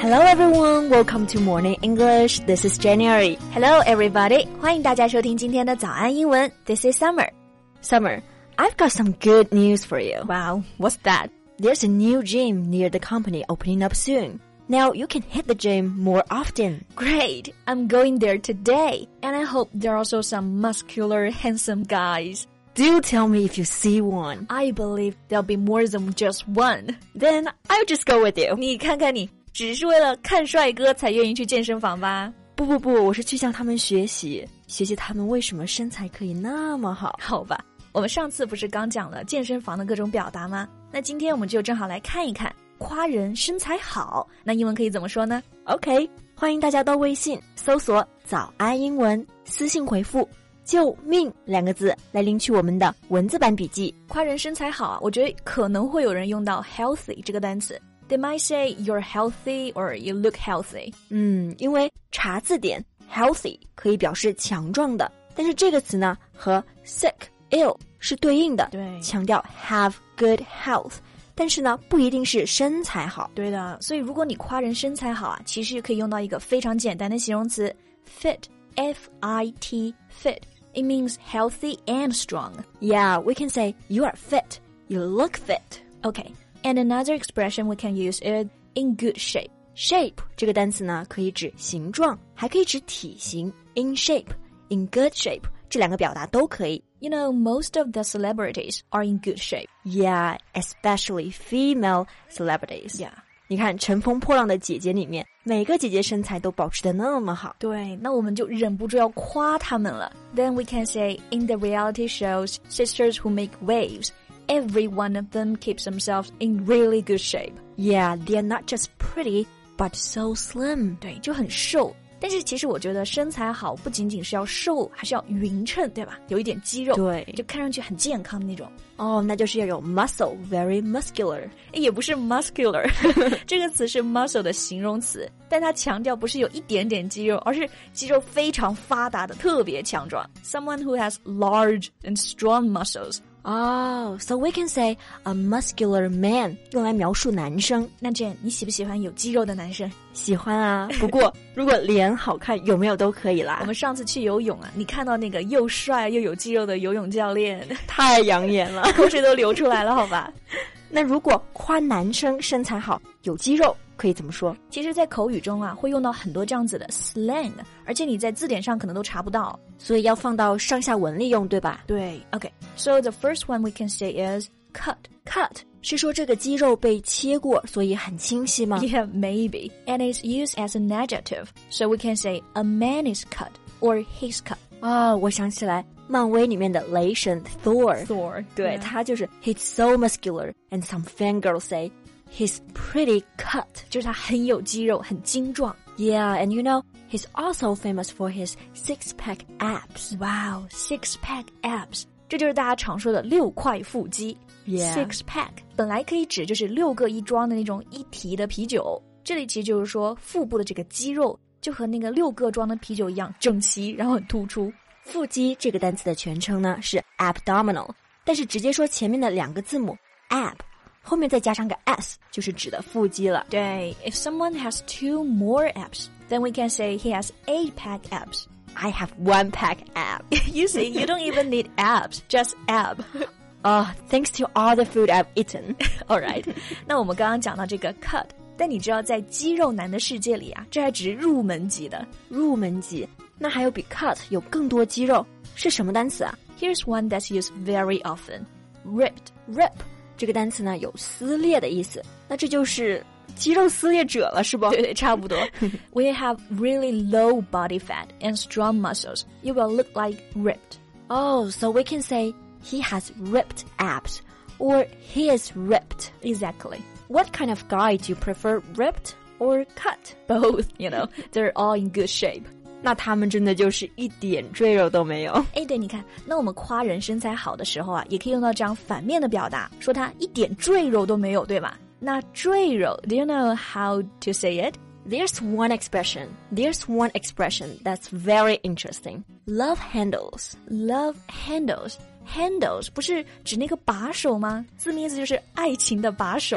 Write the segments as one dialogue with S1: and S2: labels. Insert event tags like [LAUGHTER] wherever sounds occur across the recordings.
S1: Hello everyone, welcome to Morning English. This is January.
S2: Hello, everybody！欢迎大家收听今天的早安英文。This is Summer。
S1: Summer, I've got some good news for you.
S2: Wow, what's that?
S1: There's a new gym near the company opening up soon. Now you can hit the gym more often.
S2: Great! I'm going there today, and I hope there are also some muscular, handsome guys.
S1: Do tell me if you see one.
S2: I believe there'll be more than just one.
S1: Then I'll just go with you.
S2: 你看看你，只是为了看帅哥才愿意去健身房吧？
S1: 不不不，我是去向他们学习，学习他们为什么身材可以那么好。
S2: 好吧，我们上次不是刚讲了健身房的各种表达吗？那今天我们就正好来看一看，夸人身材好，那英文可以怎么说呢？
S1: OK，欢迎大家到微信搜索“早安英文”，私信回复“救命”两个字来领取我们的文字版笔记。
S2: 夸人身材好啊，我觉得可能会有人用到 healthy 这个单词。They might say you're healthy or you look healthy。
S1: 嗯，因为查字典 healthy 可以表示强壮的，但是这个词呢和 sick ill 是对应的，
S2: 对
S1: 强调 have good health，但是呢不一定是身材好。
S2: 对的，所以如果你夸人身材好啊，其实可以用到一个非常简单的形容词 fit，f i t，fit。It means healthy and strong.
S1: Yeah, we can say you are fit, you look fit.
S2: Okay. And another expression we can use is in good shape.
S1: Shape 这个单词呢，可以指形状，还可以指体型。In shape, in good shape，这两个表达都可以。
S2: You know, most of the celebrities are in good shape.
S1: Yeah, especially female celebrities.
S2: Yeah.
S1: 你看《乘风破浪的姐姐》里面，每个姐姐身材都保持的那么好。
S2: 对，那我们就忍不住要夸他们了。Then we can say in the reality shows, sisters who make waves, every one of them keeps themselves in really good shape.
S1: Yeah, they're not just pretty, but so slim.
S2: 对，就很瘦。但是其实我觉得身材好不仅仅是要瘦，还是要匀称，对吧？有一点肌肉，
S1: 对
S2: 就看上去很健康的那种。
S1: 哦、Oh, 那就是要有 muscle, very muscular.
S2: 诶也不是 muscular，这个词是 muscle 的形容词，但它强调不是有一点点肌肉，而是肌肉非常发达的，特别强壮。Someone who has large and strong muscles。
S1: 哦、so Oh, we can say a muscular man 用来描述男生。
S2: 那 Jane，你喜不喜欢有肌肉的男生？
S1: 喜欢啊， [LAUGHS] 不过如果脸好看，有没有都可以啦。
S2: 我们上次去游泳啊，你看到那个又帅又有肌肉的游泳教练，
S1: 太养眼了。
S2: 口水都流出来了，好吧？
S1: [LAUGHS] 那如果夸男生身材好、有肌肉，可以怎么说？
S2: 其实，在口语中啊，会用到很多这样子的 slang，而且你在字典上可能都查不到。
S1: 所以要放到上下文里用，对吧？
S2: 对，OK，so、the first one we can say is cut。
S1: Cut 是说这个肌肉被切过，所以很清晰 [LAUGHS] 吗
S2: Yeah, maybe. And it's used as an adjective. So we can say a man is cut or he's cut.
S1: 哦，我想起来，漫威里面的雷神 Thor，
S2: Thor.
S1: 对他就是 He's so muscular and some fangirls say he's pretty cut.
S2: 就是他很有肌肉，很精壮。
S1: Yeah, and you know he's also famous for his six-pack abs.
S2: Wow, six pack abs. 这就是大家常说的六块腹肌。
S1: Yeah.
S2: Six pack 本来可以指就是六个一装的那种一提的啤酒，这里其实就是说腹部的这个肌肉就和那个六个装的啤酒一样整齐，然后很突出。
S1: 腹肌这个单词的全称呢是 abdominal，但是直接说前面的两个字母 ab，后面再加上个 s，就是指的腹肌了。
S2: 对，if someone has two more abs, then we can say he has eight pack abs.
S1: I have one pack ab.
S2: You see, you don't even need abs, just ab. [LAUGHS]
S1: Oh, thanks to all the food I've eaten. [LAUGHS] Oh,
S2: All right. 那我们刚刚讲到这个 cut，但你知道在肌肉男的世界里啊，这还只是入门级的。
S1: 入门级，那还有比 cut 有更多肌肉是什么单词啊
S2: Here's one that's used very often. Ripped. [LAUGHS]
S1: ？rip 这个单词呢有撕裂的意思，那这就是肌肉撕裂者了，是不？
S2: 对对，差不多。When you have really low body fat and strong muscles, you will look like ripped.
S1: Oh, so we can say he has ripped abs, or he is ripped.
S2: Exactly.
S1: What kind of guy do you prefer, ripped or cut?
S2: Both, you know, they're all in good shape.
S1: 那他们真的就是一点赘肉都没有。 [LAUGHS]
S2: 哎，对，你看，那我们夸人身材好的时候啊，也可以用到这样反面的表达，说他一点赘肉都没有，对吧？那赘肉，Do you know how to say it？
S1: There's one expression. There's one expression that's very interesting. Love handles.
S2: Love handles.
S1: [LAUGHS]
S2: Handles 不是指那个把手吗？字面意思就是爱情的把手。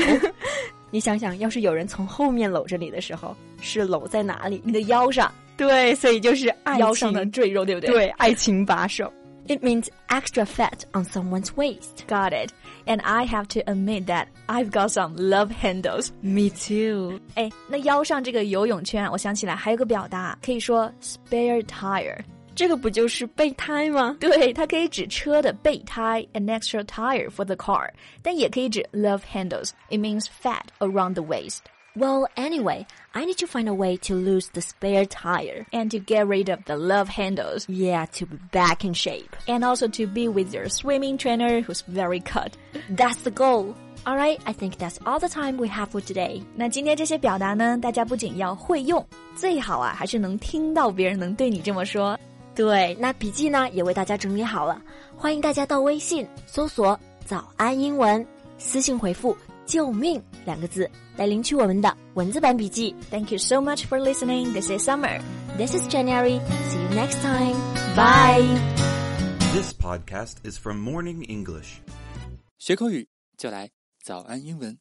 S1: 你想想，要是有人从后面搂着你的时候，是搂在哪里？
S2: 你的腰上，
S1: [LAUGHS] 对，所以就是爱情
S2: 腰上的赘肉，对不对？
S1: 对爱情把手。It means extra fat on someone's waist.
S2: Got it. And I have to admit that I've got some love handles.
S1: Me too.
S2: 哎，那腰上这个游泳圈啊，我想起来还有个表达，可以说 spare tire。
S1: 这个不就是备胎吗？
S2: 对，它可以指车的备胎，an extra tire for the car，但也可以指 love handles。It means fat around the waist
S1: Well, anyway, I need to find a way to lose the spare tire.
S2: and to get rid of the love handles
S1: Yeah, to be back in shape.
S2: and also to be with your swimming trainer who's very cut。
S1: That's the goal. All right, I think that's all the time we have for today.
S2: 那今天这些表达呢，大家不仅要会用，最好啊还是能听到别人能对你这么说。
S1: 对，那笔记呢也为大家整理好了，欢迎大家到微信搜索“早安英文”，私信回复“救命”两个字来领取我们的文字版笔记。
S2: Thank you so much for listening. This is Summer.
S1: This is January. See you next time.
S2: Bye.
S3: This podcast is from Morning English.
S4: 学口语就来早安英文。